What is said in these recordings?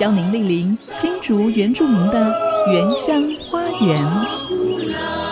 邀您莅临新竹原住民的原乡花园。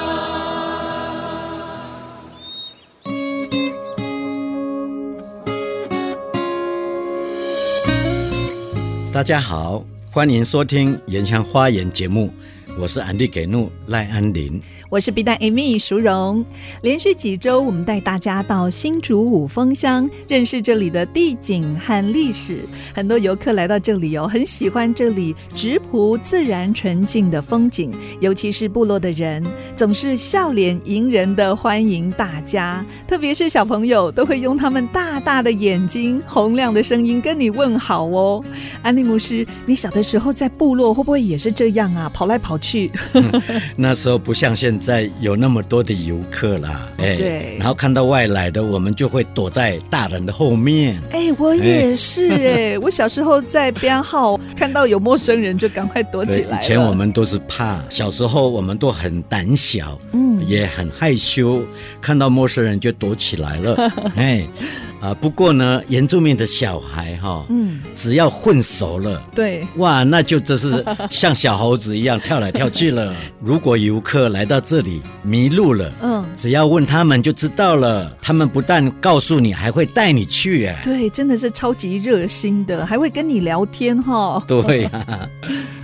大家好，欢迎收听《原乡花园》节目，我是安迪给怒赖安林。我是 B 站 Amy 淑荣。连续几周，我们带大家到新竹五峰乡，认识这里的地景和历史。很多游客来到这里哦，很喜欢这里直朴、自然、纯净的风景，尤其是部落的人总是笑脸迎人的欢迎大家，特别是小朋友都会用他们大大的眼睛、洪亮的声音跟你问好哦。安利牧师，你小的时候在部落会不会也是这样啊？跑来跑去，那时候不像现在有那么多的游客啦，哎对然后看到外来的，我们就会躲在大人的后面。哎、我也是哎、我小时候在编号看到有陌生人就赶快躲起对，来了。以前我们都是怕，小时候我们都很胆小，嗯也很害羞，看到陌生人就躲起 来了。哎，啊，不过呢，原住民的小孩哈、嗯，只要混熟了。对，哇，那就真是像小猴子一样跳来跳去了。如果游客来到这里迷路了，嗯，只要问他们就知道了。他们不但告诉你，还会带你去哎。对，真的是超级热心的，还会跟你聊天哈、对呀、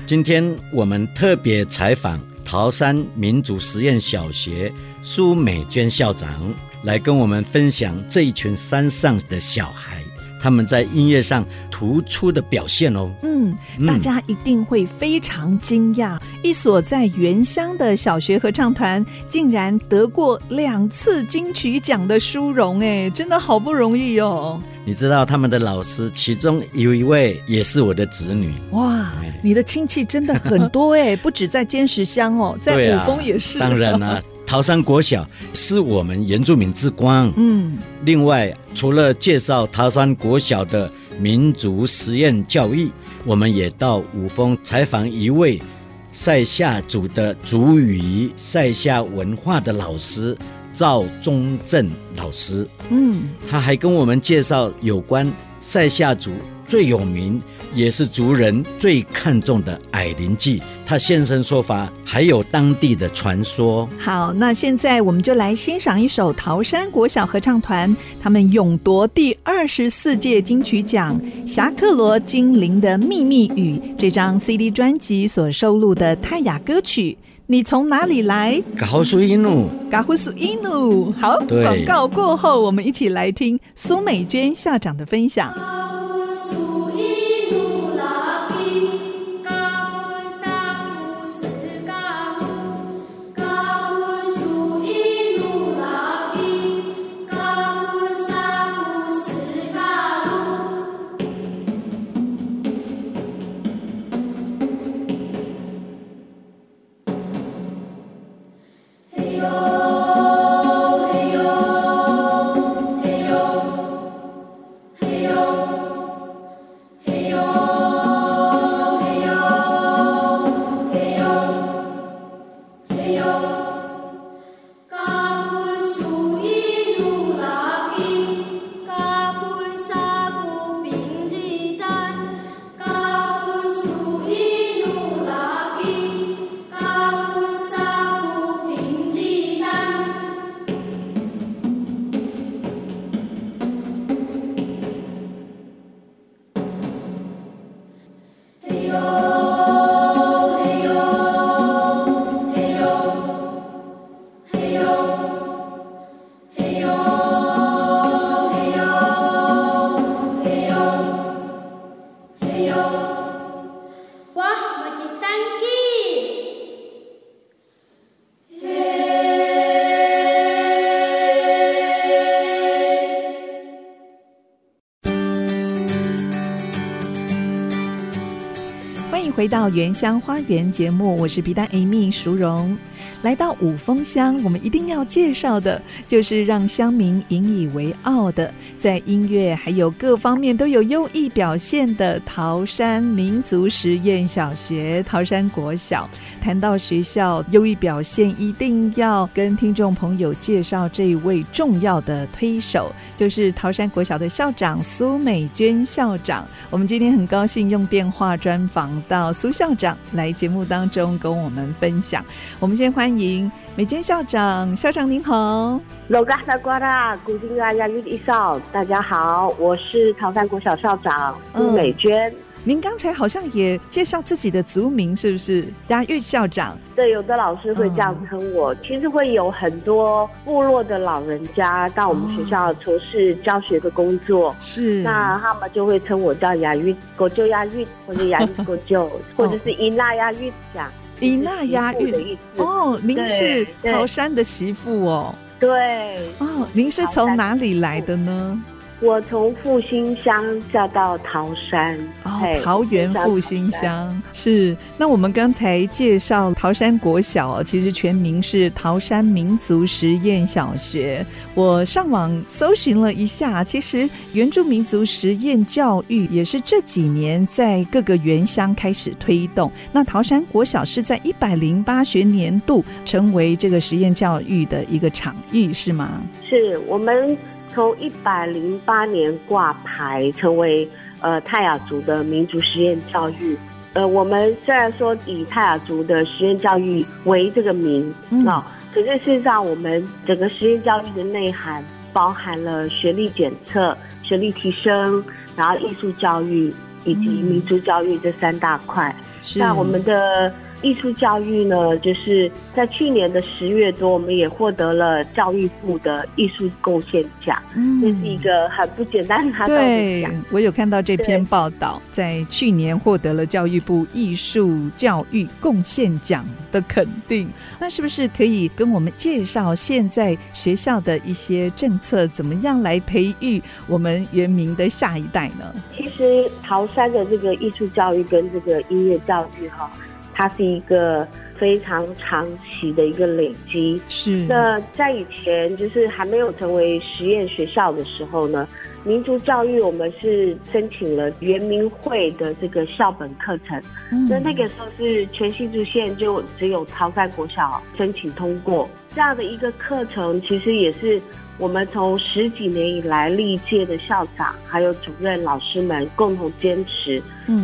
今天我们特别采访桃山民主实验小学苏美娟校长，来跟我们分享这一群山上的小孩他们在音乐上突出的表现哦。嗯，大家一定会非常惊讶，一所在原乡的小学合唱团竟然得过两次金曲奖的殊荣，哎，真的好不容易哦！你知道他们的老师，其中有一位也是我的子女。哇哎，你的亲戚真的很多哎、不止在尖石乡哦，在对五峰也是。啊。当然 啦、桃山国小是我们原住民之光。嗯，另外，除了介绍桃山国小的民族实验教育，我们也到五峰采访一位塞夏族的族语塞夏文化的老师赵宗正老师。嗯，他还跟我们介绍有关塞夏族最有名，也是族人最看重的矮灵祭，他现身说法，还有当地的传说。好，那现在我们就来欣赏一首桃山国小合唱团他们勇夺第二十四届金曲奖《侠客罗精灵的秘密语》这张 CD 专辑所收录的泰雅歌曲《你从哪里来》。高苏伊努，嘎呼苏伊努，好，对广告过后，我们一起来听苏美娟校长的分享。 Wah, macam sangki. 欢迎回到《原乡花园》节目，我是皮蛋 Amy 淑荣。来到五峰乡，我们一定要介绍的就是让乡民引以为傲的，在音乐还有各方面都有优异表现的桃山民族实验小学、桃山国小。谈到学校优异表现，一定要跟听众朋友介绍这一位重要的推手，就是桃山国小的校长苏美娟校长。我们今天很高兴用电话专访到苏校长来节目当中跟我们分享。我们先欢迎美娟校长，校长您好。老嘎萨瓜啦，古丁啊呀玉一少，大家好，我是唐山国小校长嗯苏美娟。您刚才好像也介绍自己的族名，是不是？家玉校长，对，有的老师会这样嗯称我。其实会有很多部落的老人家到我们学校从事教学的工作，是那他们就会称我叫雅玉狗舅雅玉，或者雅玉狗舅，或者是伊娜雅玉讲哦伊娜雅就是媳妇的玉。意思。哦，您是对桃山的媳妇哦。对，哦，您是从哪里来的呢？我从复兴乡嫁到桃山，哦嘿，桃园复兴。乡是。那我们刚才介绍桃山国小哦，其实全名是桃山民族实验小学。我上网搜寻了一下，其实原住民族实验教育也是这几年在各个原乡开始推动。那桃山国小是在一百零八学年度成为这个实验教育的一个场域，是吗？是我们从一百零八年挂牌成为呃泰雅族的民族实验教育。呃，我们虽然说以泰雅族的实验教育为这个名，嗯那、可是事实上我们整个实验教育的内涵包含了学历检测、学历提升，然后艺术教育以及嗯民族教育这三大块。是。那我们的艺术教育呢，就是在去年的十月多，我们也获得了教育部的艺术贡献奖，这是一嗯个很不简单拿到的对奖。，我有看到这篇对报道，在去年获得了教育部艺术教育贡献奖的肯定。那是不是可以跟我们介绍现在学校的一些政策，怎么样来培育我们原民的下一代呢？其实桃山的这个艺术教育跟这个音乐教育哈、它是一个非常长期的一个累嗯积。是那在以前就是还没有成为实验学校的时候呢，民族教育我们是申请了圆明会的这个校本课程。嗯那那个时候是全新竹县就只有桃山国小申请通过这样的一个课程，其实也是我们从十几年以来历届的校长还有主任老师们共同坚持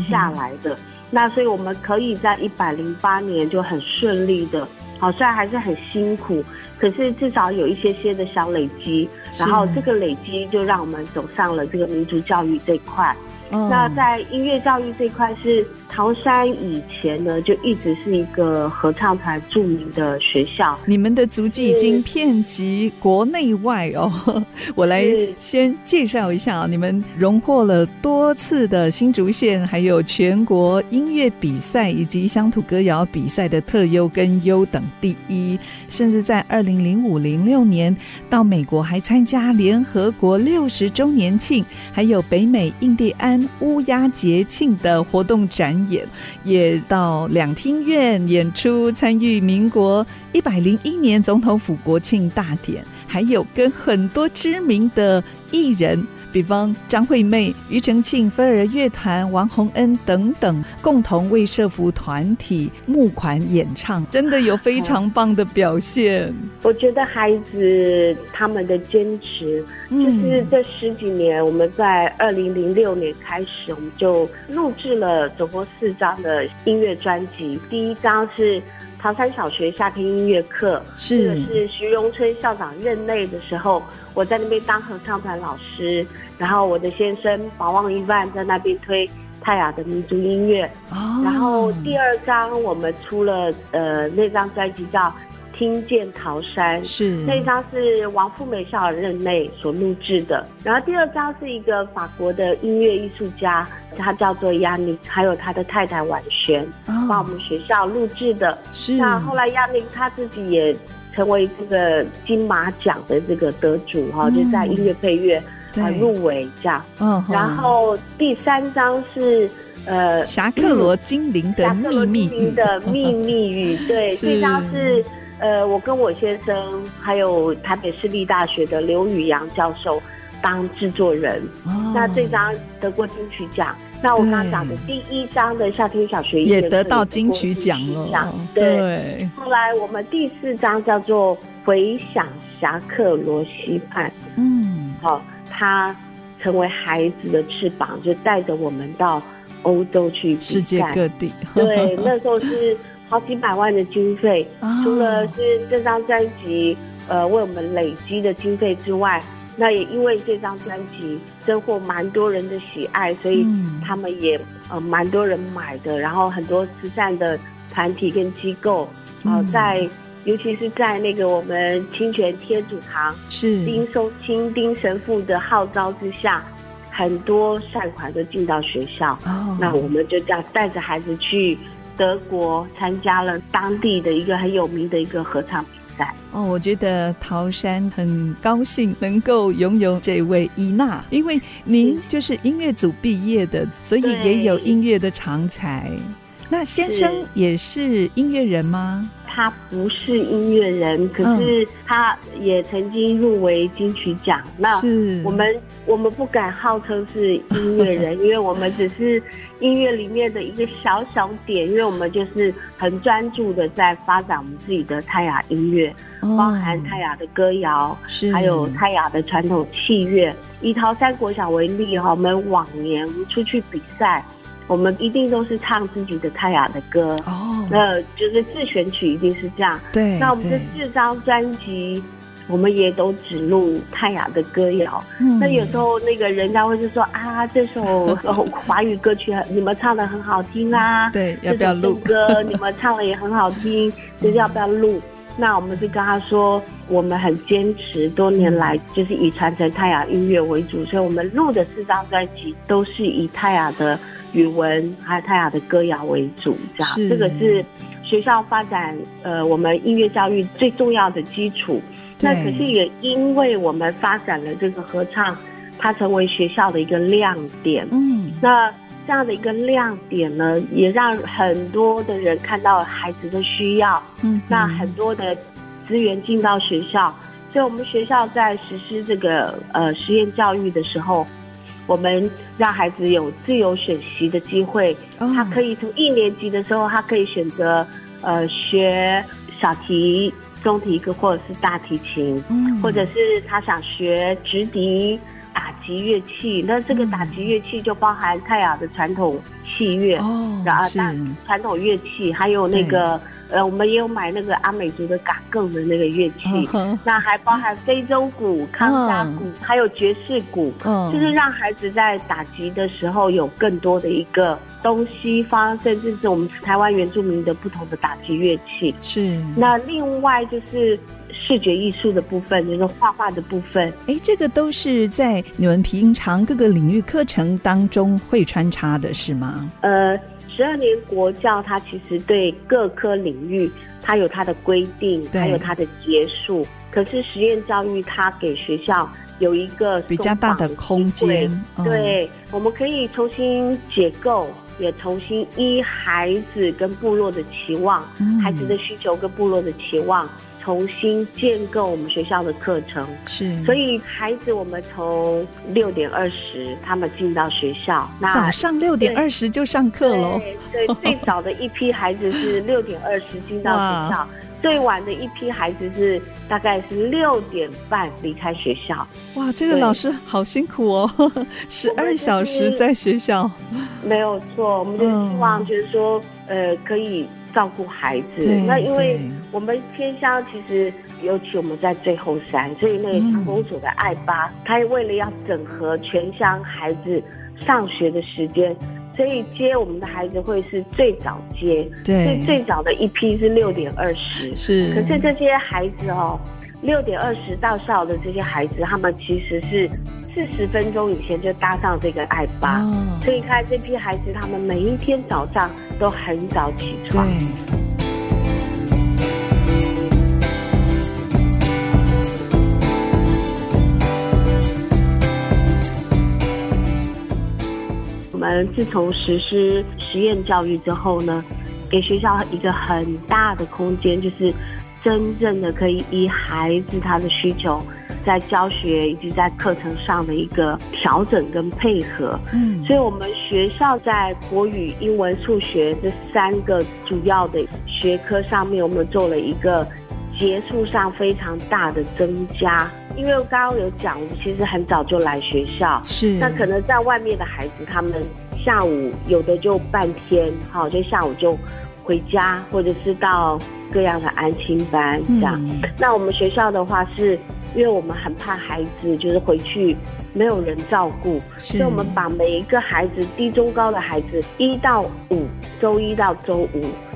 下来的。那所以我们可以在一百零八年就很顺利的，好，虽然还是很辛苦，可是至少有一些些的小累积，是然后这个累积就让我们走上了这个民族教育这一块。嗯那在音乐教育这一块是唐山以前呢就一直是一个合唱团著名的学校，你们的足迹已经遍及国内外哦。 我来是先介绍一下啊，你们荣获了多次的新竹县还有全国音乐比赛以及乡土歌谣比赛的特优跟优等第一，甚至在二零零五零六年到美国还参加联合国六十周年庆，还有北美印第安乌鸦节庆的活动展演。也到两厅院演出，参与民国一百零一年总统府国庆大典，还有跟很多知名的艺人。比方张惠妹、庾澄庆、飞儿乐团、王洪恩等等，共同为社服团体募款演唱，真的有非常棒的表现。我觉得孩子他们的坚持，嗯就是这十几年，我们在二零零六年开始，我们就录制了总共四张的音乐专辑，第一张是。唐山小学夏天音乐课，这个是是徐荣春校长任内的时候，我在那边当合唱团老师，然后我的先生保望一万在那边推泰雅的民族音乐，哦然后第二张我们出了呃那张专辑叫《听见桃山》，哦是那一张是王富美校长任内所录制的，然后第二张是一个法国的音乐艺术家，他叫做亚尼，还有他的太太婉璇，帮我哦们学校录制的。是那后来亚尼他自己也成为这个金马奖的这个得主哈、就在音乐配乐啊、嗯对入围这样。嗯然后第三张是呃侠客罗精灵的秘密嗯夏克罗基语林的秘密语，对，是这张是呃，我跟我先生还有台北市立大学的刘宇阳教授当制作人。哦那这张得过金曲奖，那我刚刚讲的第一张的夏天小学一也节课得到过金曲奖奖了，哦对。对，后来我们第四张叫做《回想侠客罗西畔》，嗯，好、他成为孩子的翅膀，就带着我们到欧洲去比赛世界各地， 对，那时候是好几百万的经费，啊除了是这张专辑呃为我们累积的经费之外，那也因为这张专辑收获蛮多人的喜爱，所以嗯他们也呃蛮多人买的，然后很多慈善的团体跟机构呃嗯在。尤其是在那个我们清泉天主堂是丁松清丁神父的号召之下，很多善款都进到学校。哦那我们就这样带着孩子去德国参加了当地的一个很有名的一个合唱比赛。哦，我觉得陶山很高兴能够拥有这位伊娜，因为您就是音乐组毕业的，所以嗯对也有音乐的长才。那先生是也是音乐人吗？他不是音乐人，可是他也曾经入围金曲奖。那是，啊我们我们不敢号称是音乐人，因为我们只是音乐里面的一个小小点，因为我们就是很专注的在发展我们自己的泰雅音乐，嗯包含泰阳，雅的歌谣，哦是还有泰雅的传统器乐。以桃山国小为例哈，我们往年出去比赛，我们一定都是唱自己的泰雅的歌，哦，那就是自选曲一定是这样。对，那我们这对四张专辑，我们也都只录泰雅的歌谣。嗯那有时候那个人家会就说啊，这首华语歌曲很你们唱的很好听啊，嗯对要不要录这首歌你们唱的也很好 听，就是要不要录？那我们就跟他说，我们很坚持，多年来就是以传承泰雅音乐为主，所以我们录的四张专辑都是以泰雅的语文还有泰雅的歌谣为主，这样是这个是学校发展呃我们音乐教育最重要的基础。那对可是也因为我们发展了这个合唱，它成为学校的一个亮点。嗯那这样的一个亮点呢，也让很多的人看到孩子的需要，嗯，那很多的资源进到学校，所以我们学校在实施这个呃实验教育的时候，我们让孩子有自由选习的机会，哦他可以从一年级的时候，他可以选择呃学小提、中提或者是大提琴，嗯或者是他想学直笛、打击乐器。那这个打击乐器就包含泰雅的传统器乐，嗯哦然后是大传统乐器，还有那个呃，我们也有买那个阿美族的嘎更的那个乐嗯器。哼那还包含非洲鼓、康沙嗯鼓，还有爵士鼓。嗯就是让孩子在打击的时候有更多的一个东西方，甚至是我们台湾原住民的不同的打击乐器。是那另外就是视觉艺术的部分，就是画画的部分。哎，这个都是在你们平常各个领域课程当中会穿插的，是吗？呃，十二年国教它其实对各科领域它有它的规定，对它有它的结束。可是实验教育它给学校有一个比较大的松绑空机会间，嗯，对，我们可以重新解构，也重新依孩子跟部落的期望、嗯孩子的需求跟部落的期望，重新建构我们学校的课程。是，所以孩子，我们从六点二十他们进到学校，那早上六点二十就上课喽。对 对，最早的一批孩子是六点二十进到学校，最晚的一批孩子是大概是六点半离开学校。哇，这个对老师好辛苦哦， 十二小时在学校。没有错，我们就希望就是说，呃，可以照顾孩子嗯对。那因为对我们偏乡其实，尤其我们在最后山，所以那个嗯乡公所的爱巴，他、为了要整合全乡孩子上学的时间，所以接我们的孩子会是最早接，所对以，最早的一批是六点二十。是。可是这些孩子哦，六点二十到校的这些孩子，他们其实是四十分钟以前就搭上这个爱巴。哦，所以看这批孩子，他们每一天早上都很早起对床。，我们们自从实施实验教育之后呢，给学校一个很大的空间，就是真正的可以依孩子他的需求，在教学以及在课程上的一个调整跟配合。嗯所以，我们学校在国语、英文、数学这三个主要的学科上面，我们做了一个节数上非常大的增加。因为刚刚有讲，我们其实很早就来学校，是那可能在外面的孩子，他们下午有的就半天，好，就下午就回家，或者是到各样的安亲班这样。嗯那我们学校的话是，因为我们很怕孩子就是回去没有人照顾，是所以我们把每一个孩子低中高的孩子一到五，周一到周五，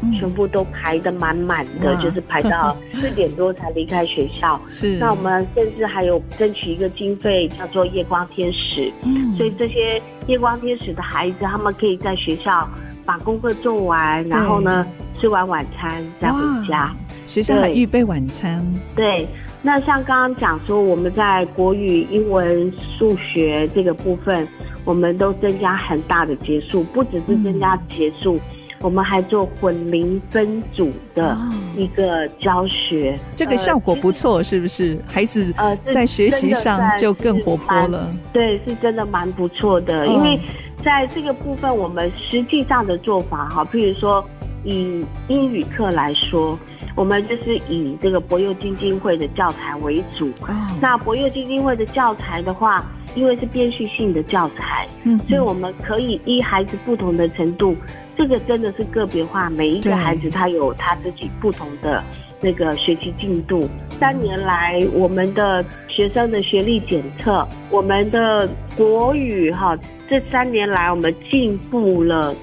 嗯全部都排得满满的，哇就是 排到四点多才离开学校。是那我们甚至还有争取一个经费，叫做夜光天使，嗯所以这些夜光天使的孩子，他们可以在学校把功课做完，然后呢吃完晚餐再回家。哇学校还对预备晚餐，对，那像刚刚讲说，我们在国语、英文、数学这个部分，我们都增加很大的结束，不只是增加结束，我们还做混龄分组的哦一个教学。这个呃效果不错，是不是？孩子呃是在学习上真的在就更活泼了。对，是真的蛮不错的，嗯因为在这个部分，我们实际上的做法哈，譬如说以英语课来说，我们就是以这个博幼基金会的教材为主。哦，那博幼基金会的教材的话，因为是编序性的教材，嗯所以我们可以依孩子不同的程度，这个真的是个别化，每一对个孩子他有他自己不同的那个学习进度。三年来，我们的学生的学历检测，我们的国语哈，这三年来我们进步了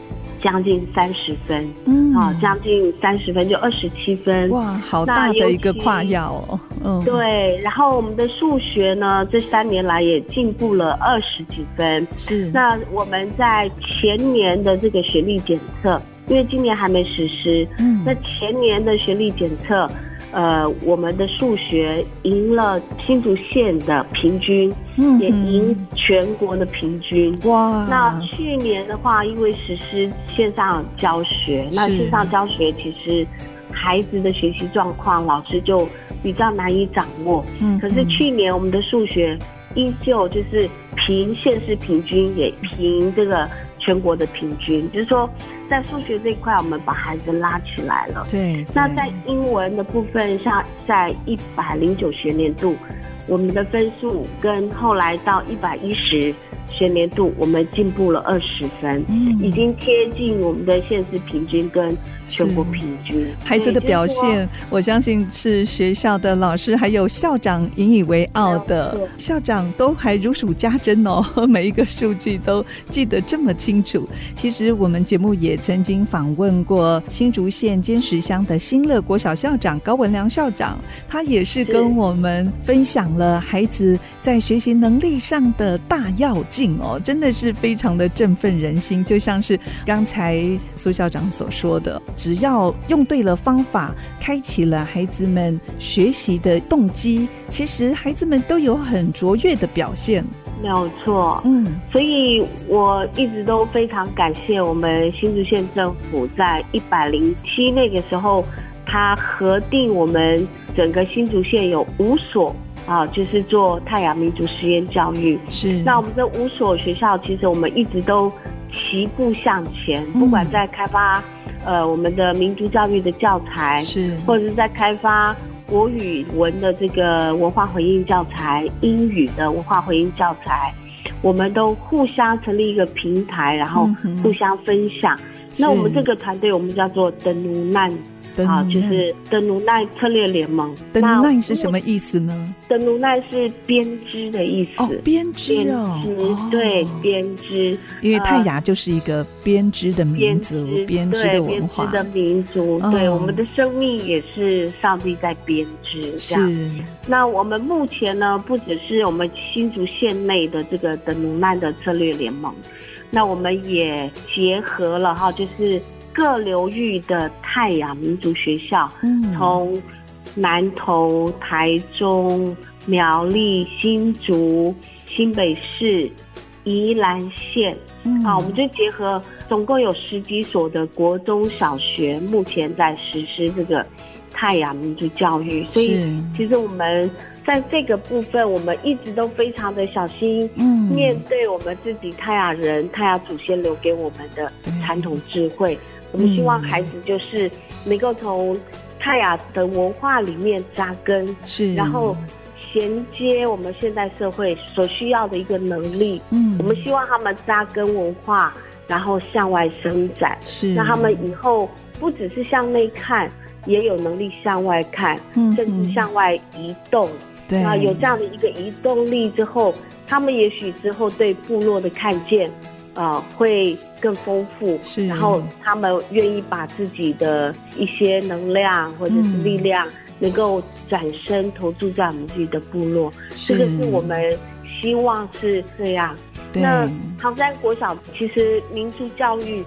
将近三十分，嗯啊，将近三十分就二十七分，哇，好大的一个跨要哦，嗯，，对，然后我们的数学呢，这三年来也进步了二十几分。是那我们在前年的这个学历检测，因为今年还没实施，嗯那前年的学历检测，呃，我们的数学赢了新竹县的平均，嗯也赢全国的平均。哇，那去年的话，因为实施线上教学，那是线上教学其实孩子的学习状况，老师就比较难以掌握。嗯可是去年我们的数学依旧就是平县市平均，也平这个全国的平均，就是说在数学这一块，我们把孩子拉起来了。对，那对在英文的部分，像在一百零九学年度，我们的分数跟后来到一百一十学年度，我们进步了二十分，嗯已经贴近我们的县市平均跟全国是平均。嗯孩子的表现，我相信是学校的老师还有校长引以为傲的没有错，校长都还如数家珍哦， 每一个数据都记得这么清楚。其实我们节目也曾经访问过新竹县尖石乡的新乐国小校长高文良校长，他也是跟我们分享了孩子在学习能力上的大要进哦，真的是非常的振奋人心。就像是刚才苏校长所说的，只要用对了方法，开启了孩子们学习的动机，其实孩子们都有很卓越的表现。没有错，嗯，所以我一直都非常感谢我们新竹县政府在一百零七那个时候，它核定我们整个新竹县有五所啊，就是做太阳民族实验教育。是。那我们这五所学校，其实我们一直都齐步向前，不管在开发呃我们的民族教育的教材，是或者是在开发国语文的这个文化回应教材、英语的文化回应教材，我们都互相成立一个平台，然后嗯哼互相分享。是那我们这个团队，我们叫做登奴难登啊，就奈是登奴奈策略联盟。登奈那是什么？意思呢？登奴奈是编织的意思。哦，编编织织哦，哦对，编织，因为泰呃雅就是一个编织的民编族织，编织对的文化编织，的民族，嗯对我们的生命也是上帝在编织这样。是那我们目前呢，不只是我们新竹县内的这个德努曼的策略联盟，那我们也结合了哈，就是各流域的泰雅民族学校，嗯从南投、台中、苗栗、新竹、新北市、宜兰县。嗯啊，我们就结合总共有十几所的国中小学，目前在实施这个泰雅民族教育，所以是其实我们在这个部分，我们一直都非常的小心，嗯面对我们自己泰雅人、泰雅祖先留给我们的传统智慧，我们希望孩子就是能够从泰雅的文化里面扎根，是，然后衔接我们现代社会所需要的一个能力。嗯我们希望他们扎根文化，然后向外伸展，是让他们以后不只是向内看，也有能力向外看，嗯甚至嗯向外移动。对那啊有这样的一个移动力之后，他们也许之后对部落的看见，呃，会更丰富。是然后他们愿意把自己的一些能量或者是嗯力量，能够转身投注在我们自己的部落。这个是我们希望是这样。对那唐山国小其实民族教育，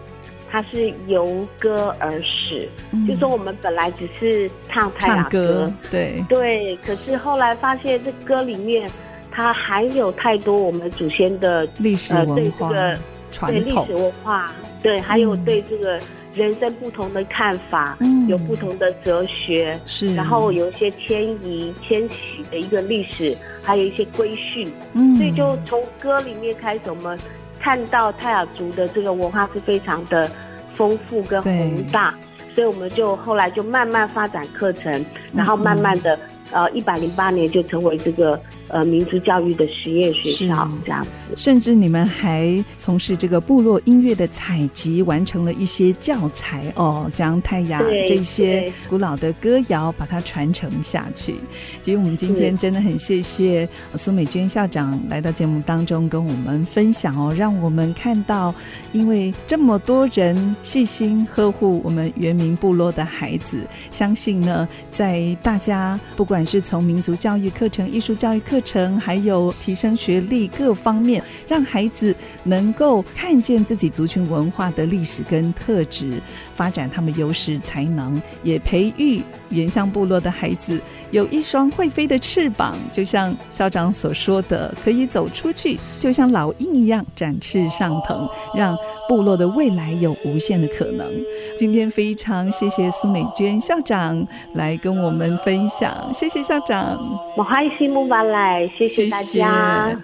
它是由歌而始，嗯就说我们本来只是唱泰雅唱歌，对，对，可是后来发现这歌里面它含有太多我们祖先的历史呃文对化这个对传历统史，文化，对，还有嗯对这个人生不同的看法，嗯有不同的哲学，是，然后有一些迁移、迁徙的一个历史，还有一些规训，嗯，所以就从歌里面开始，我们看到泰雅族的这个文化是非常的丰富跟宏大，所以我们就后来就慢慢发展课嗯程，然后慢慢的。呃，一百零八年就成为这个呃民族教育的实验学校是，这样甚至你们还从事这个部落音乐的采集，完成了一些教材哦，将泰雅对这些对古老的歌谣把它传承下去。其实我们今天是真的很谢谢呃苏美娟校长来到节目当中跟我们分享哦，让我们看到，因为这么多人细心呵护我们原民部落的孩子，相信呢，在大家不管是从民族教育课程、艺术教育课程，还有提升学历各方面，让孩子能够看见自己族群文化的历史跟特质，发展他们优势才能，也培育原乡部落的孩子有一双会飞的翅膀，就像校长所说的，可以走出去，就像老鹰一样展翅上哦腾，让部落的未来有无限的可能。今天非常谢谢苏美娟校长来跟我们分享，谢谢校长。我欢迎木巴来，谢谢大家。谢谢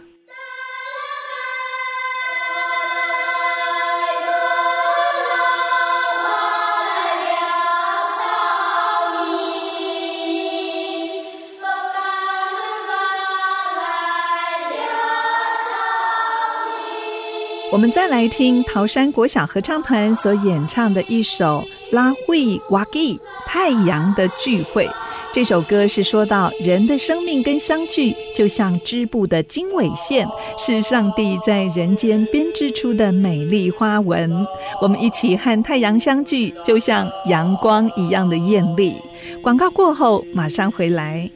我们再来听桃山国小合唱团所演唱的一首《拉惠瓦吉太阳的聚会》。这首歌是说到人的生命跟相聚，就像织布的经纬线，是上帝在人间编织出的美丽花纹。我们一起和太阳相聚，就像阳光一样的艳丽。广告过后马上回来。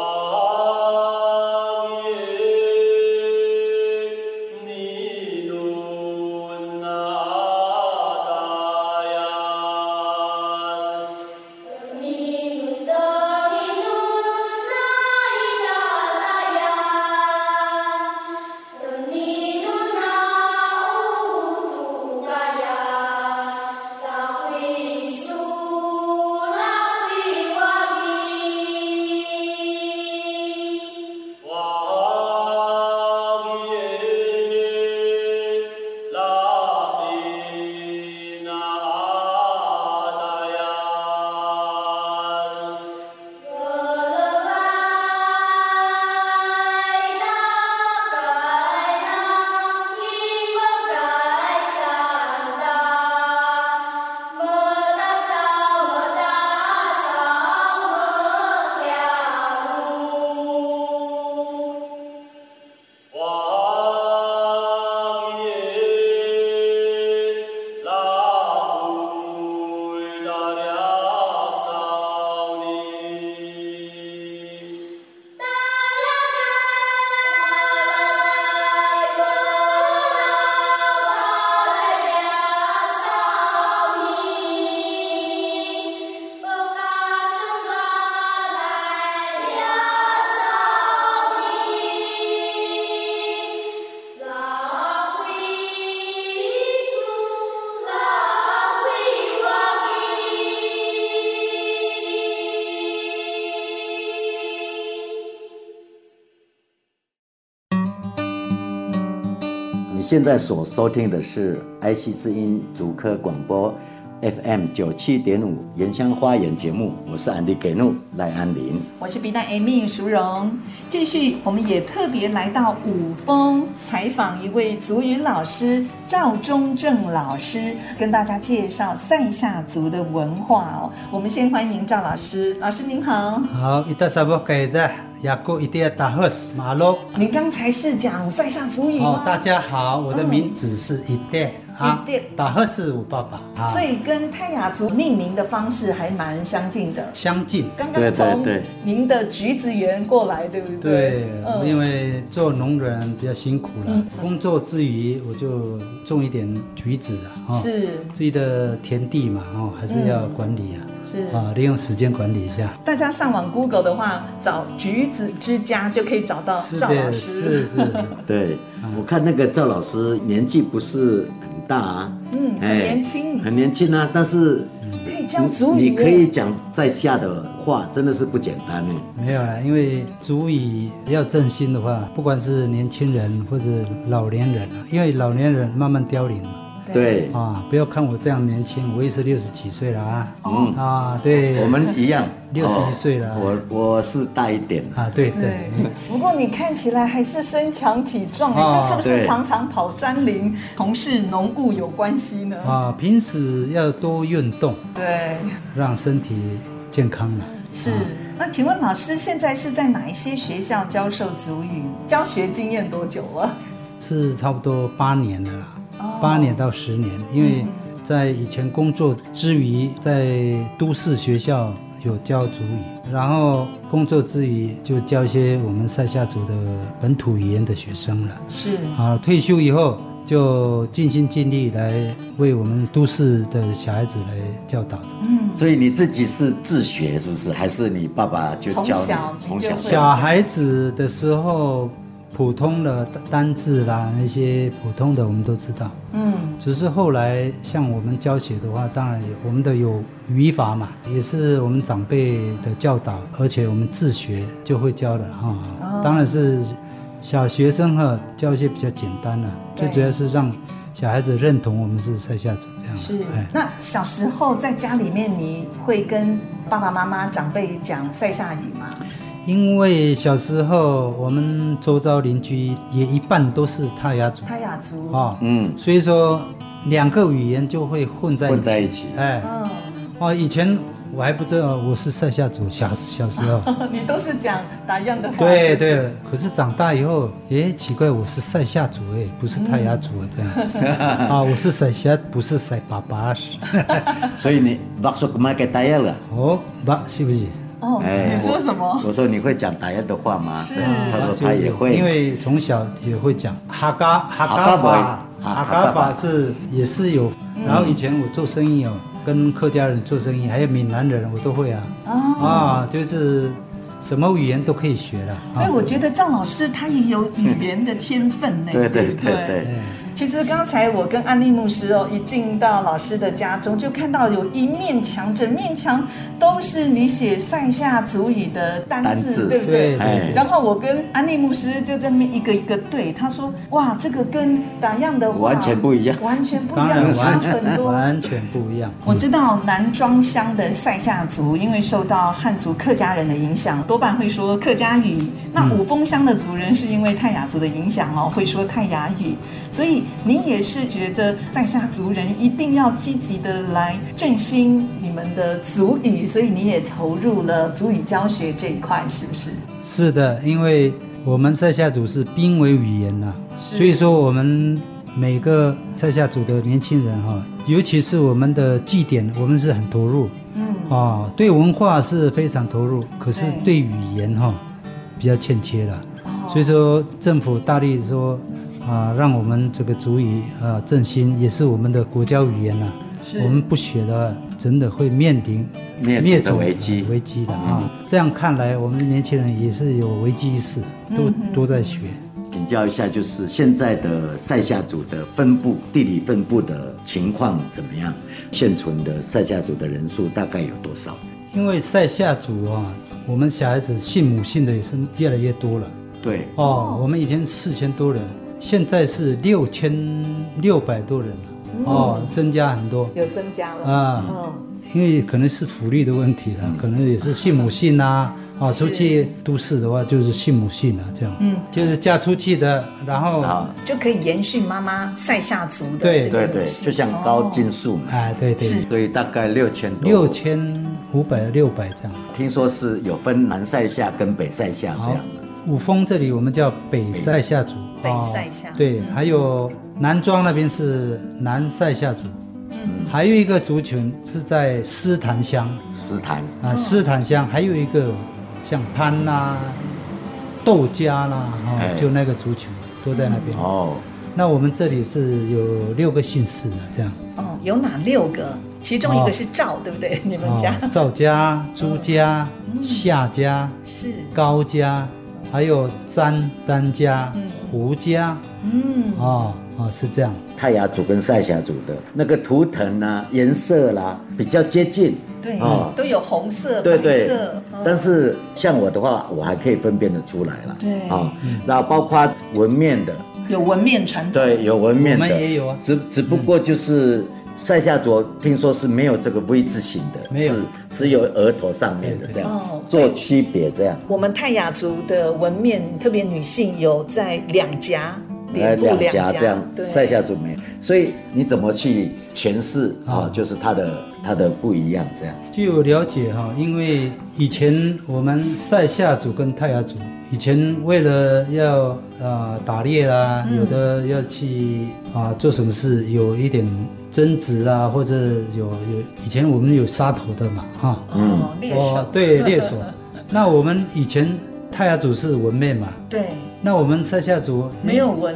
Oh. 现在所收听的是 IC 之音主科广播 FM 九七点五原乡花园节目，我是安迪给怒赖安林。我是 B 站 Amy 淑荣，继续我们也特别来到五峰采访一位族语老师赵中正老师，跟大家介绍塞夏族的文化哦。我们先欢迎赵老师，老师您好。好，一大三不给的，雅古一定要打 hus 马路。您刚才是讲塞夏族语哦吗，？大家好，我的名字是一代啊嗯一代，打 hus 是我爸爸，啊所以跟泰雅族命名的方式还蛮相近的。相近。刚对刚对从对您的橘子园过来，对嗯不对对？，嗯因为做农人比较辛苦了，工作之余我就种一点橘子啊，哦，是嗯自己的田地嘛，哦，还是要管理啊，是啊，利用时间管理一下。大家上网 Google 的话，找橘子之家就可以找到是啊赵老的，师。是是，对，我看那个赵老师年纪不是很大啊，嗯很哎年轻很年轻啊，但是可以教族语你耶你可以讲在下的话，真的是不简单欸呢。没有啦，因为足以要振兴的话，不管是年轻人或者老年人啊，因为老年人慢慢凋零嘛对，啊，不要看我这样年轻，我也是六十几岁了啊，嗯啊，对，我们一样， 61岁了哦我我是大一点，啊，对对 对，，不过你看起来还是身强体壮，哎哦这是不是对常常跑山林、从事农务有关系呢？啊，平时要多运动，对，让身体健康了。是。那请问老师现在是在哪一些学校教授足语？教学经验多久了？是差不多八年了啦哦，八、年到十年，因为在以前工作之余，在都市学校有教主语，然后工作之余就教一些我们塞夏族的本土语言的学生了。是啊，退休以后就尽心尽力来为我们都市的小孩子来教导着。所以你自己是自学是不是？还是你爸爸就从教小你？你就会小孩子的时候，普通的单字啦，那些普通的我们都知道。嗯，只是后来像我们教学的话，当然有我们的有语法嘛，也是我们长辈的教导，而且我们自学就会教的哈、哦当然是小学生哈，教一些比较简单的，对最主要是让小孩子认同我们是塞夏族这样。是哎。，那小时候在家里面，你会跟爸爸妈妈、长辈讲塞夏语吗？因为小时候我们周遭邻居也一半都是泰雅族泰雅族，啊、嗯，所以说两个语言就会混在一起。混在一起哎。嗯， 哦，以前我还不知道我是塞夏族，小小时 候。你都是讲打样的话，对是不是，对，可是长大以后，诶，奇怪，我是塞夏族，诶，不是泰雅族啊，这 样。啊，我是塞夏，不是塞爸爸。所以你 b a k s u k m a k e t a y a 了。哦， 爸，是不是？ 哦，你 说什么？哎我？我说你会讲达雅的话吗？是他说啊他也会，因为从小也会讲哈嘎哈嘎法，哈嘎法哈嘎法是也是有。嗯然后以前我做生意哦，跟客家人做生意，还有闽南人，我都会啊。哦啊，就是什么语言都可以学了。啊所以我觉得赵老师他也有语言的天分呢，对对对不对对。啊其实刚才我跟安利牧师哦，一进到老师的家中，就看到有一面墙，整面墙都是你写塞夏族语的单字，单字对不对？对哎然后我跟安利牧师就在那边一个一个对，他说：“哇，这个跟打样的话完全不一样完全不一当样，然差完 很全多。”完全不一样。嗯我知道南庄乡的塞夏族，因为受到汉族客家人的影响，多半会说客家语。那五峰乡的族人是因为泰雅族的影响哦，会说泰雅语。所以您也是觉得塞夏族人一定要积极的来振兴你们的族语，所以你也投入了族语教学这一块，是不是？是的，因为我们塞夏族是濒危语言呐、是所以说我们每个塞夏族的年轻人哈、尤其是我们的祭典，我们是很投入嗯，啊、对文化是非常投入，可是对语言哈、比较欠缺了。哦所以说政府大力说啊、让我们这个族语啊、振兴，也是我们的国家语言呐、是我们不学的话，真的会面临灭灭族的种危机嗯危机的啊！这样看来，我们年轻人也是有危机意识，嗯都都在学。请教一下，就是现在的塞夏族的分布、地理分布的情况怎么样？现存的塞夏族的人数大概有多少？因为塞夏族啊，我们小孩子姓母姓的也是越来越多了对，哦哦。我们以前四千多人，现在是六千六百多人了，哦，增加很多嗯有增加了啊嗯，因为可能是福利的问题了，可能也是信母姓 啊，啊，出去都市的话就是信母姓啊，这样，嗯，就是嫁出去的，然后，啊，就可以延续妈妈塞夏族的对这个对对，故事就像高竞速嘛，啊，对对，所以大概六千多。六，千五百六百这样。听说是有分南塞夏跟北塞夏这样的。五峰这里我们叫北塞夏族，北哦塞夏嗯对，还有南庄那边是南塞夏族，嗯，还有一个族群是在斯坦乡石潭哦啊，斯坦乡还有一个像潘啦、窦家啦，哎哦，就那个族群都在那边。嗯哦，那我们这里是有六个姓氏的，这样，哦，有哪六个？其中一个是赵，对不对？你们家、嗯哦，赵家、朱家、夏家、是，高家，还有詹詹家、胡家，嗯，哦哦，是这样。泰雅族跟塞夏族的那个图腾啊、颜色啦、比较接近。对，哦都有红色、对白对色，嗯，但是像我的话，我还可以分辨得出来了。对啊，那包括纹面的，有纹面传统，对，有纹面的，嗯我们也有啊只只不过就是塞夏族听说是没有这个 V 字形的，没有是只有额头上面的对对这哦样做区别，这样我们泰雅族的纹面，特别女性有在两颊、脸呃部两颊颊这样，对，塞夏族没有，所以你怎么去诠释啊？就是它的它的不一样这样。据我了解哈，因为以前我们塞夏族跟泰雅族，以前为了要呃打猎啦、有的要去啊、做什么事，有一点争执啦，或者有有以前我们有杀头的嘛哈，嗯哦，猎手，对 猎手。那我们以前泰雅族是纹面嘛，对，那我们塞夏族没有纹，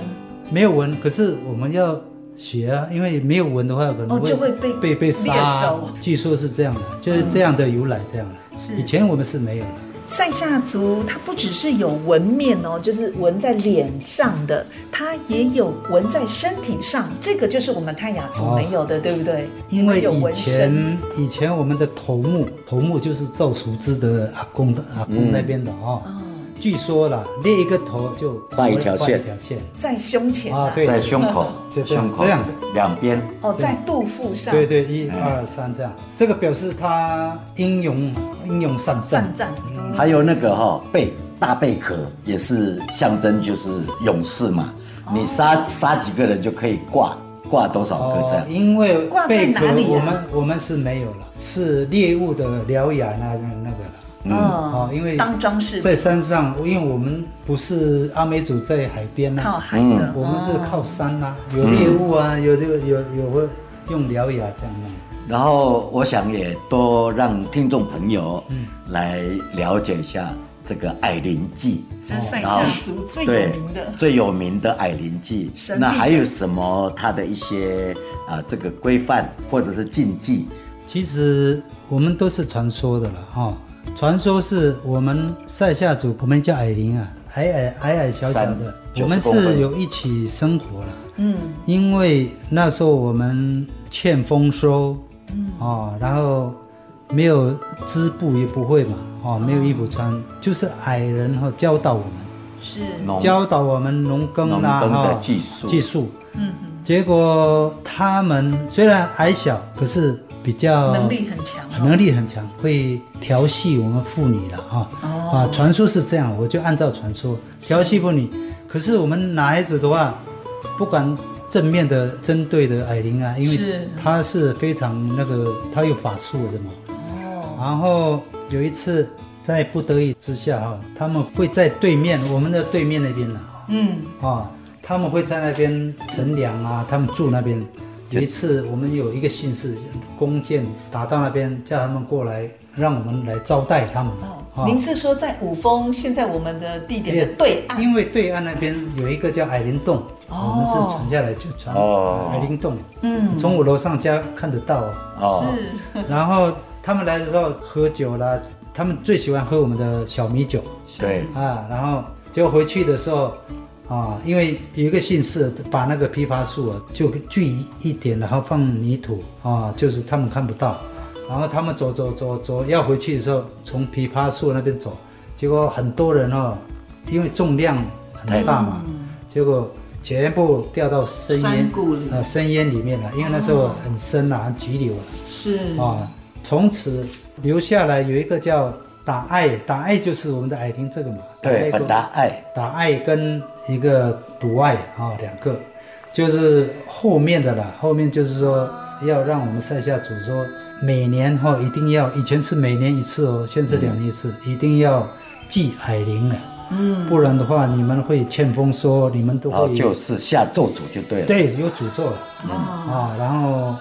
没有纹，可是我们要学啊，因为没有纹的话，可能哦就会被被被杀啊、猎手嗯据说是这样的，就是这样的由来，这样的。是以前我们是没有的，塞夏族它不只是有纹面哦，就是纹在脸上的，它也有纹在身体上，这个就是我们泰雅族哦没有的，对不对？因你们为有以纹身前以前我们的头目，头目就是赵淑之的阿公的阿公那边的哦。嗯据说啦，列一个头就画一条线画一条线在胸前啊，对，在胸口，就这样胸口这样两边，哦，在肚腹上，对对，一二三这样，这个表示他英勇英勇善战站。站，嗯还有那个哈、贝大贝壳也是象征，就是勇士嘛。哦你杀杀几个人就可以挂挂多少个这哦样，。因为挂在贝哪壳里呀啊我们我们是没有了，是猎物的獠牙那那个了。嗯，哦，因为当装饰在山上，因为我们不是阿美族在海边呐、靠啊海嗯的，我们是靠山呐、有猎物啊，有的有有会用獠牙这样弄。然后我想也多让听众朋友嗯来了解一下这个矮灵记，这是塞哦然后夏族最有对名的，最有名的矮灵记神。秘的那还有什么它的一些啊、这个规范或者是禁忌？其实我们都是传说的了哈、传说是我们塞夏族，我们叫矮灵啊，矮矮矮矮小小的，三我们90公分是有一起生活了。嗯，因为那时候我们欠丰收，哦，然后没有织布也不会嘛，哦，没有衣服穿，就是矮人哈、教导我们，是农教导我们农耕农啦、耕的哈技术技术，嗯，结果他们虽然矮小，可是比较能力很强哦，能力很强，会调戏我们妇女了哈、哦啊，传说是这样，我就按照传说调戏妇女。可是我们男孩子的话，不管正面的针对的矮灵啊，因是为他是非常那个，他有法术什么。然后有一次在不得已之下哈、他们会在对面我们的对面那边呢、嗯，啊，他们会在那边乘凉啊，他们住那边。有一次，我们有一个信使弓箭打到那边，叫他们过来，让我们来招待他们哦啊您是说在五峰，现在我们的地点的对岸，因为对岸那边有一个叫矮灵洞，哦我们是传下来就传哦矮灵洞，嗯从我楼上家看得到 哦。哦，是然后他们来的时候喝酒啦，他们最喜欢喝我们的小米酒。对，啊，然后结果回去的时候，啊，因为有一个姓氏把那个枇杷树啊就锯一一点，然后放泥土啊，就是他们看不到，然后他们走走走走要回去的时候，从枇杷树那边啊走，结果很多人哦，因为重量很大嘛，结果全部掉到深嗯山渊谷里哦呃深渊里面了，因为那时候很深了，很急流了。是啊，从此留下来有一个叫打爱，打爱就是我们的矮灵这个嘛，打爱对，跟本达爱，打爱跟一个独爱啊两个，就是后面的啦，后面就是说要让我们塞下主说每年哈、一定要，以前是每年一次哦，现在是两年一次，一定要祭矮灵了，嗯，不然的话你们会欠丰收，你们都然后会哦就是下咒诅就对了。，对有诅咒了。啊，啊，然后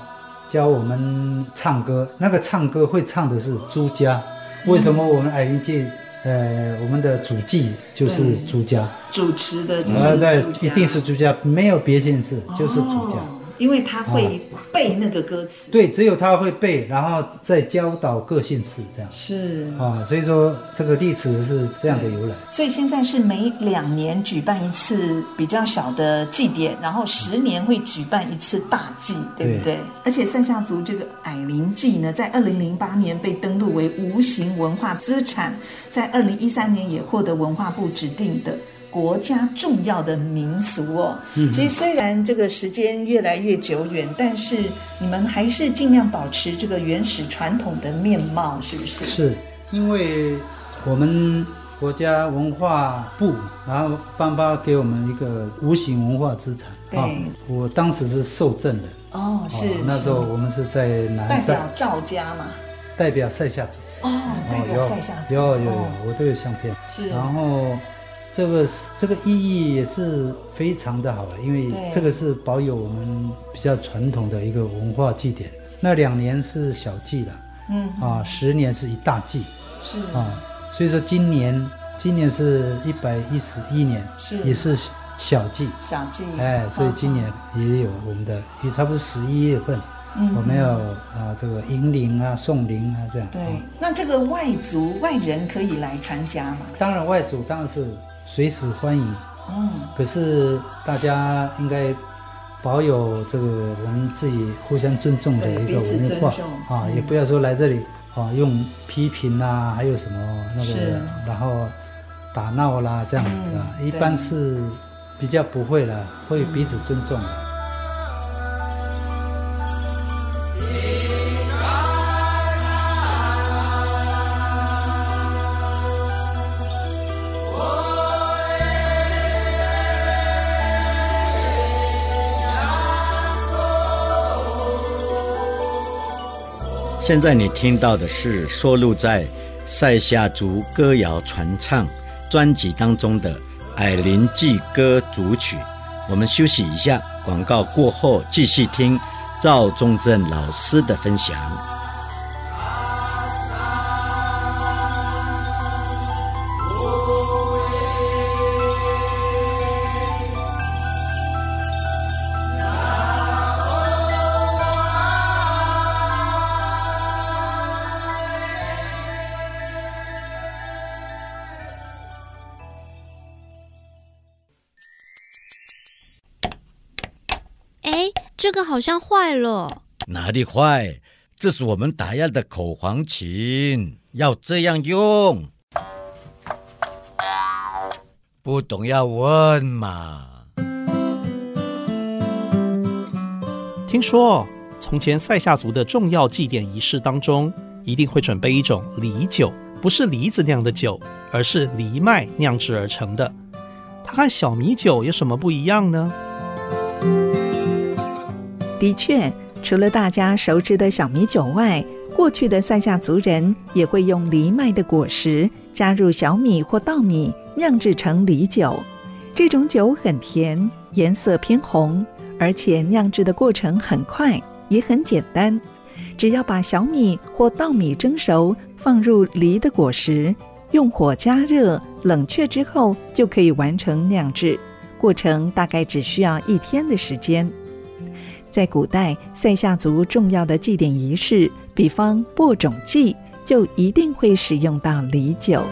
教我们唱歌，那个唱歌会唱的是朱家。为什么我们矮灵界，呃，我们的主祭就是对朱家，主持的就是嗯呃，对主，家一定是朱家，没有别姓氏，就是哦朱家。哦因为他会背那个歌词，对，只有他会背，然后再教导各姓氏这样。是。啊，所以说这个历史是这样的由来。所以现在是每两年举办一次比较小的祭典，然后十年会举办一次大祭，对不对？而且塞夏族这个矮灵祭呢，在二零零八年被登录为无形文化资产，在二零一三年也获得文化部指定的。国家重要的民俗哦，嗯其实虽然这个时间越来越久远，但是你们还是尽量保持这个原始传统的面貌，是不是？是因为我们国家文化部，然后颁发给我们一个无形文化资产。啊对我当时是受赠人，哦，是、哦那时候我们是在是南代赛表赵家嘛，代表赛夏族，哦，代表塞夏族，有有有有哦，我都有相片。是然后这个是这个意义也是非常的好，啊因为对这个是保有我们比较传统的一个文化祭典。那两年是小祭了，嗯，啊，十年是一大祭。是啊，所以说今年今年是一百一十一年，是也是小季，小季，哎，所以今年也有我们的，也差不多十一月份，嗯我们要啊这个迎灵啊、送灵啊这样。对啊，那这个外族外人可以来参加嘛？当然外族当然是随时欢迎，哦，可是大家应该保有这个我们自己互相尊重的对一个彼此文尊重化啊，嗯也不要说来这里啊用批评啊，还有什么那是个，然后打闹啦这样子啊，嗯一般是比较不会了，会彼此尊重的。现在你听到的是收录在《塞夏族歌谣传唱》专辑当中的《矮灵祭歌组曲》。我们休息一下，广告过后继续听赵忠正老师的分享。哎，这个好像坏了。哪里坏？这是我们打压的口簧琴，要这样用。不懂要问嘛。听说哦从前塞夏族的重要祭典仪式当中，一定会准备一种梨酒，不是梨子酿的酒，而是藜麦酿制而成的。它和小米酒有什么不一样呢？的确，除了大家熟知的小米酒外，过去的塞夏族人也会用藜麦的果实加入小米或稻米酿制成藜酒。这种酒很甜，颜色偏红，而且酿制的过程很快，也很简单。只要把小米或稻米蒸熟，放入梨的果实，用火加热，冷却之后就可以完成酿制。过程大概只需要一天的时间。在古代，塞夏族重要的祭典仪式，比方播种祭，就一定会使用到礼酒。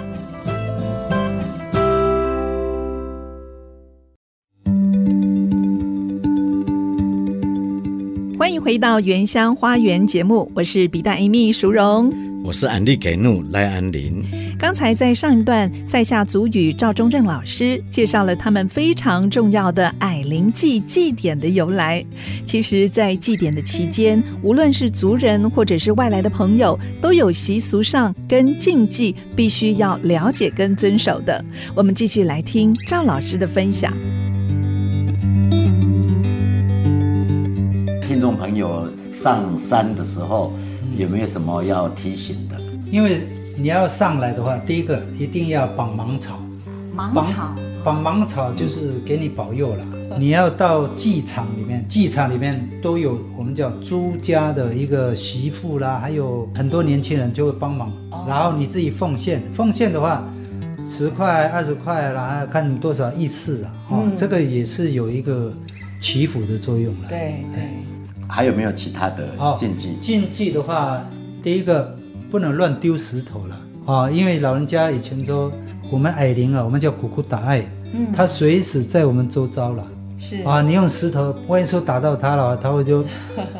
欢迎回到《原乡花园》节目，我是比大 Amy 淑荣。我是安利给怒赖安林。刚才在上一段塞夏族语，赵中正老师介绍了他们非常重要的矮灵祭祭典的由来。其实，在祭典的期间，无论是族人或者是外来的朋友，都有习俗上跟禁忌必须要了解跟遵守的。我们继续来听赵老师的分享。听众朋友上山的时候，有没有什么要提醒的？因为你要上来的话，第一个一定要绑芒草，芒绑草绑芒草就是给你保佑 了。你要到祭场里面，祭场里面都有我们叫朱家的一个媳妇啦，还有很多年轻人就会帮忙，哦然后你自己奉献，奉献的话。十块、二十块啦，看你多少意识啊，哦，嗯这个也是有一个祈福的作用了。对对，还有没有其他的哦禁忌？禁忌的话，第一个不能乱丢石头了啊、因为老人家以前说我们矮灵啊，我们叫古古打爱，嗯它随时在我们周遭了。是啊，你用石头，万一说打到它了，它 会就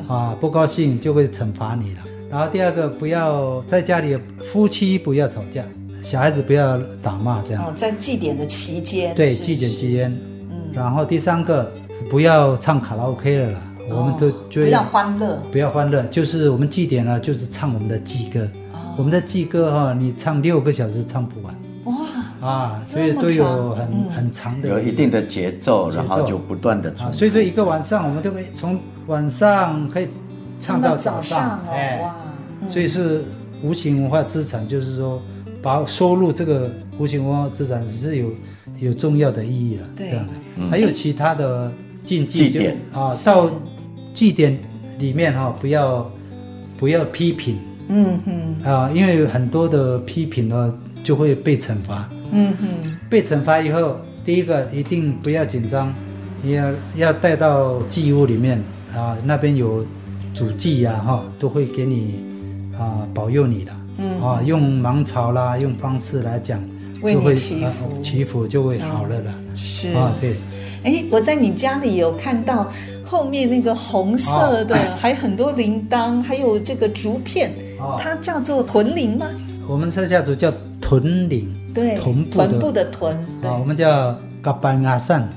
啊不高兴，就会惩罚你了。然后第二个，不要在家里夫妻不要吵架，小孩子不要打骂这样。哦，在祭典的期间，对，是纪检是戒烟。嗯然后第三个是不要唱卡拉 OK 了啦，我们都哦觉不得要欢乐不要欢乐，就是我们祭典呢，就是唱我们的祭歌。哦我们的祭歌哈、你唱六个小时唱不完哇，啊，这所以么都有长很、嗯很长的有一定的节奏，节奏然后就不断的啊，重所以复。这一个晚上我们都可以从晚上可以唱到早早上上，哦，哎，哇，嗯所以是无形文化资产，就是说把收入这个无形文化资产是有有重要的意义了。对这样的，还有其他的禁忌嗯祭就典啊，到祭典里面哈、不要不要批评嗯哼，啊，因为有很多的批评呢就会被惩罚，嗯哼，被惩罚以后，第一个一定不要紧张，也要要带到祭屋里面啊，那边有主祭啊哈，都会给你啊保佑你的，嗯啊，用芒草啦，用方式来讲，为就你会祈啊福嗯祈福就会好了啦。是啊，对，哎，我在你家里有看到后面那个红色的，啊还有很多铃铛，还有这个竹片，哦它叫做屯铃吗？我们塞夏族叫屯领，对，臀部的臀部的臀，对啊，我，们叫嘎班阿善，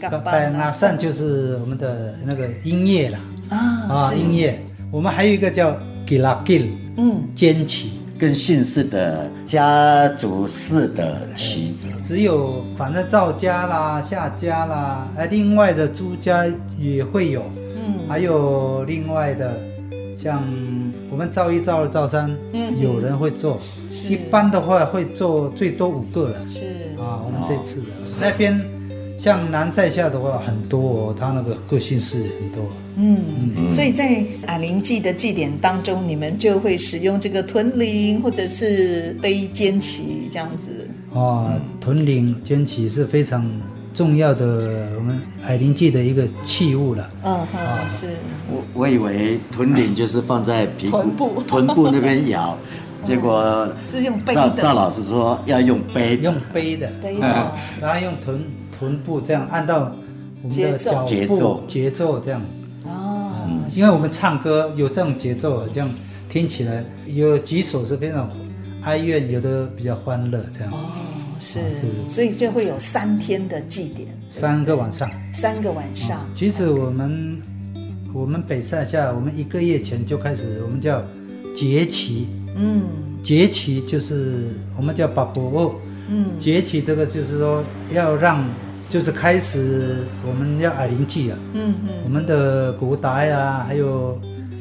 嘎巴班拉阿萨善就是我们的那个音乐啦，啊，啊，是音乐。我们还有一个叫吉拉吉，嗯，坚起。跟姓氏的家族式的旗子，只有反正赵家啦、夏家啦，呃，另外的朱家也会有，嗯还有另外的，像我们赵一、赵二、赵三，嗯有人会做，是一般的话会做最多五个了。是啊，我们这次的、那边，像南塞下的话很多、哦，他那个个性是很多。嗯，所以在矮灵祭的祭典当中，你们就会使用这个屯铃或者是背肩旗这样子。啊，屯领肩旗是非常重要的，我们海灵记的一个器物了。嗯啊哼，是我我以为臀领就是放在屁股臀部臀部那 边摇，结果是用背赵的赵老师说要用背，用背的，背的，然后用臀臀部这样按到我们节的奏脚节步奏节奏这样，哦，因为我们唱歌有这种节奏，这样听起来有几首是非常哀怨，有的比较欢乐这样。哦是是，啊是所以就会有三天的祭典，三个晚上，三个晚上。其实我们我们北塞下，我们一个月前就开始，我们叫节期，嗯节期就是我们叫把伯沃。嗯节期这个就是说要让，就是开始我们要矮灵祭了。嗯我嗯，们的古达呀，还有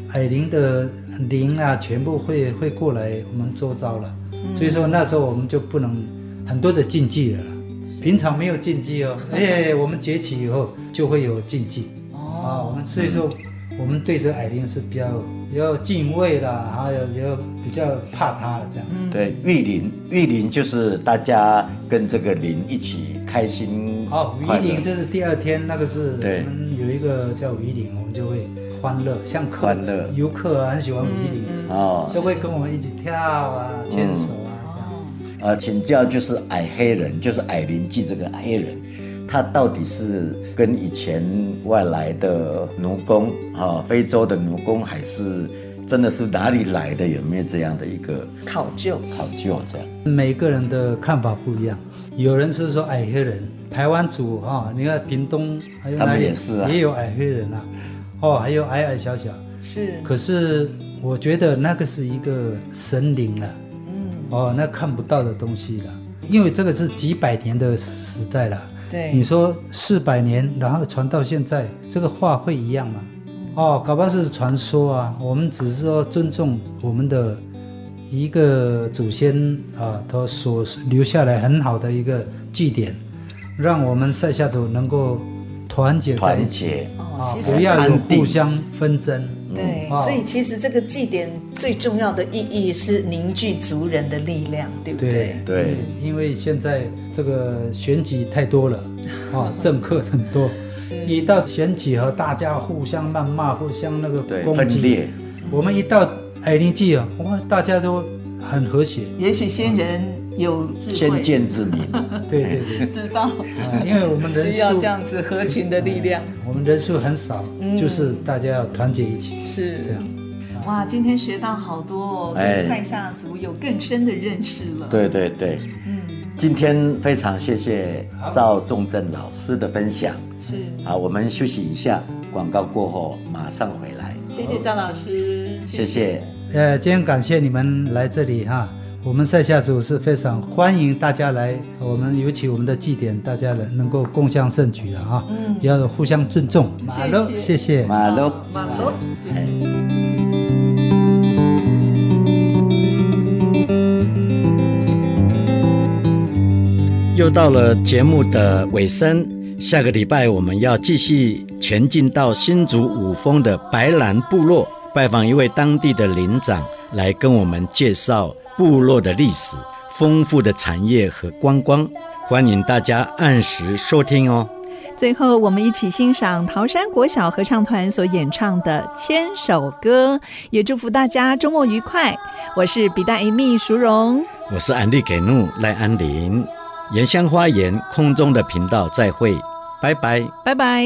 矮灵的灵啊，全部会会过来我们周遭了。嗯所以说那时候我们就不能很多的禁忌了啦。平常没有禁忌哦，哎，我们节起以后就会有禁忌啊。我哦，们所以说我们对这矮灵是比较要敬畏啦，还有要比较怕它了这样。对，玉林玉林就是大家跟这个林一起开心哦好，快鱼乐鳞就是第二天，那个是我对们有一个叫鱼鳞，我们就会欢乐，像客欢乐游客啊，很喜欢鱼鳞，哦，都会跟我们一起跳啊、牵手啊这样。呃，请教就是矮黑人，就是矮灵记这个黑人，他到底是跟以前外来的奴工啊、非洲的奴工，还是真的是哪里来的，有没有这样的一个考究？考究这样。每个人的看法不一样，有人是说矮黑人，台湾族哈、你看屏东还有他哪们里也是啊也有矮黑人啊，哦，还有矮矮小小。是可是我觉得那个是一个神灵啊了，嗯，哦，那看不到的东西了，因为这个是几百年的时代了。对，你说四百年，然后传到现在，这个话会一样吗？哦，搞不好是传说啊。我们只是说尊重我们的一个祖先啊，他所留下来很好的一个祭典，让我们塞夏族能够团结在团一起结，哦，啊其，实不要有安定互相纷争。对，哦所以其实这个祭典最重要的意义是凝聚族人的力量，对不对？对对，因为现在这个选举太 多了，啊，政客很多，一到选举和大家互相谩骂，互相那个对，攻分击。裂，我们一到矮灵祭啊，哇，大家都很和谐。也许先人有智先慧，见之明，对对对，知道 啊，因为我们人需要数哎这，样子合群的力量，嗯嗯我们人数很少，就是大家要团结一起，是这样。哇，今天学到好多哦，哎对塞夏族有更深的认识了。，对对对。嗯，今天非常谢谢赵仲正老师的分享。是，好，我们休息一下，广告过后马上回来。谢谢张老师，谢谢。呃，今天感谢你们来这里哈。我们塞夏族是非常欢迎大家来，我们尤其我们的祭典，大家能能够共襄盛举啊哈，嗯要互相尊重。马喽，谢谢谢谢。马喽，马龙，谢谢。又到了节目的尾声，下个礼拜我们要继续前进到新竹五峰的白兰部落，拜访一位当地的林长，来跟我们介绍部落的历史、丰富的产业和观光。欢迎大家按时收听哦。最后，我们一起欣赏桃山国小合唱团所演唱的《千首歌》，也祝福大家周末愉快。我是比大 Amy 淑荣，我是安利给怒赖安林，原乡花园空中的频道再会，拜拜。拜拜。